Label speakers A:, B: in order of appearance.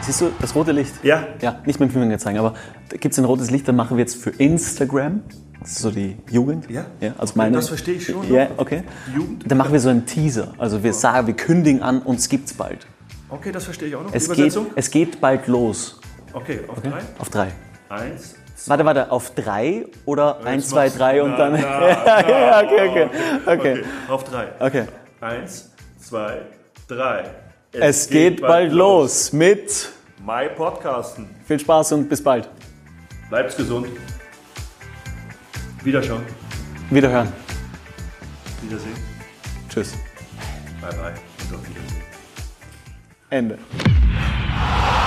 A: Siehst du das rote Licht?
B: Ja.
A: Ja, nicht mit dem Finger zeigen, aber gibt es ein rotes Licht, dann machen wir jetzt für Instagram. Das ist so die Jugend.
B: Ja.
A: ja also meine,
B: Das verstehe ich schon,
A: Ja,
B: doch.
A: okay.
B: Die Jugend.
A: Dann machen wir so einen Teaser. Also wir sagen, wir kündigen an, uns gibt's bald.
B: Okay, das verstehe ich auch noch.
A: Es geht,
B: Übersetzung?
A: es geht bald los.
B: Okay, auf drei.
A: Auf drei.
B: Eins.
A: Warte, warte, auf drei oder eins, zwei,
B: machst-
A: drei und
B: Na,
A: dann.
B: na,
A: ja, okay, okay. Okay.
B: Auf drei.
A: okay.
B: Eins, zwei, drei.
A: Es geht bald los mit
B: My Podcasten.
A: viel Spaß und bis bald.
B: Bleib's gesund. Wiederschauen.
A: Wiederhören.
B: Wiedersehen.
A: Tschüss.
B: Bye bye. Und auf Wiedersehen.
A: Ende.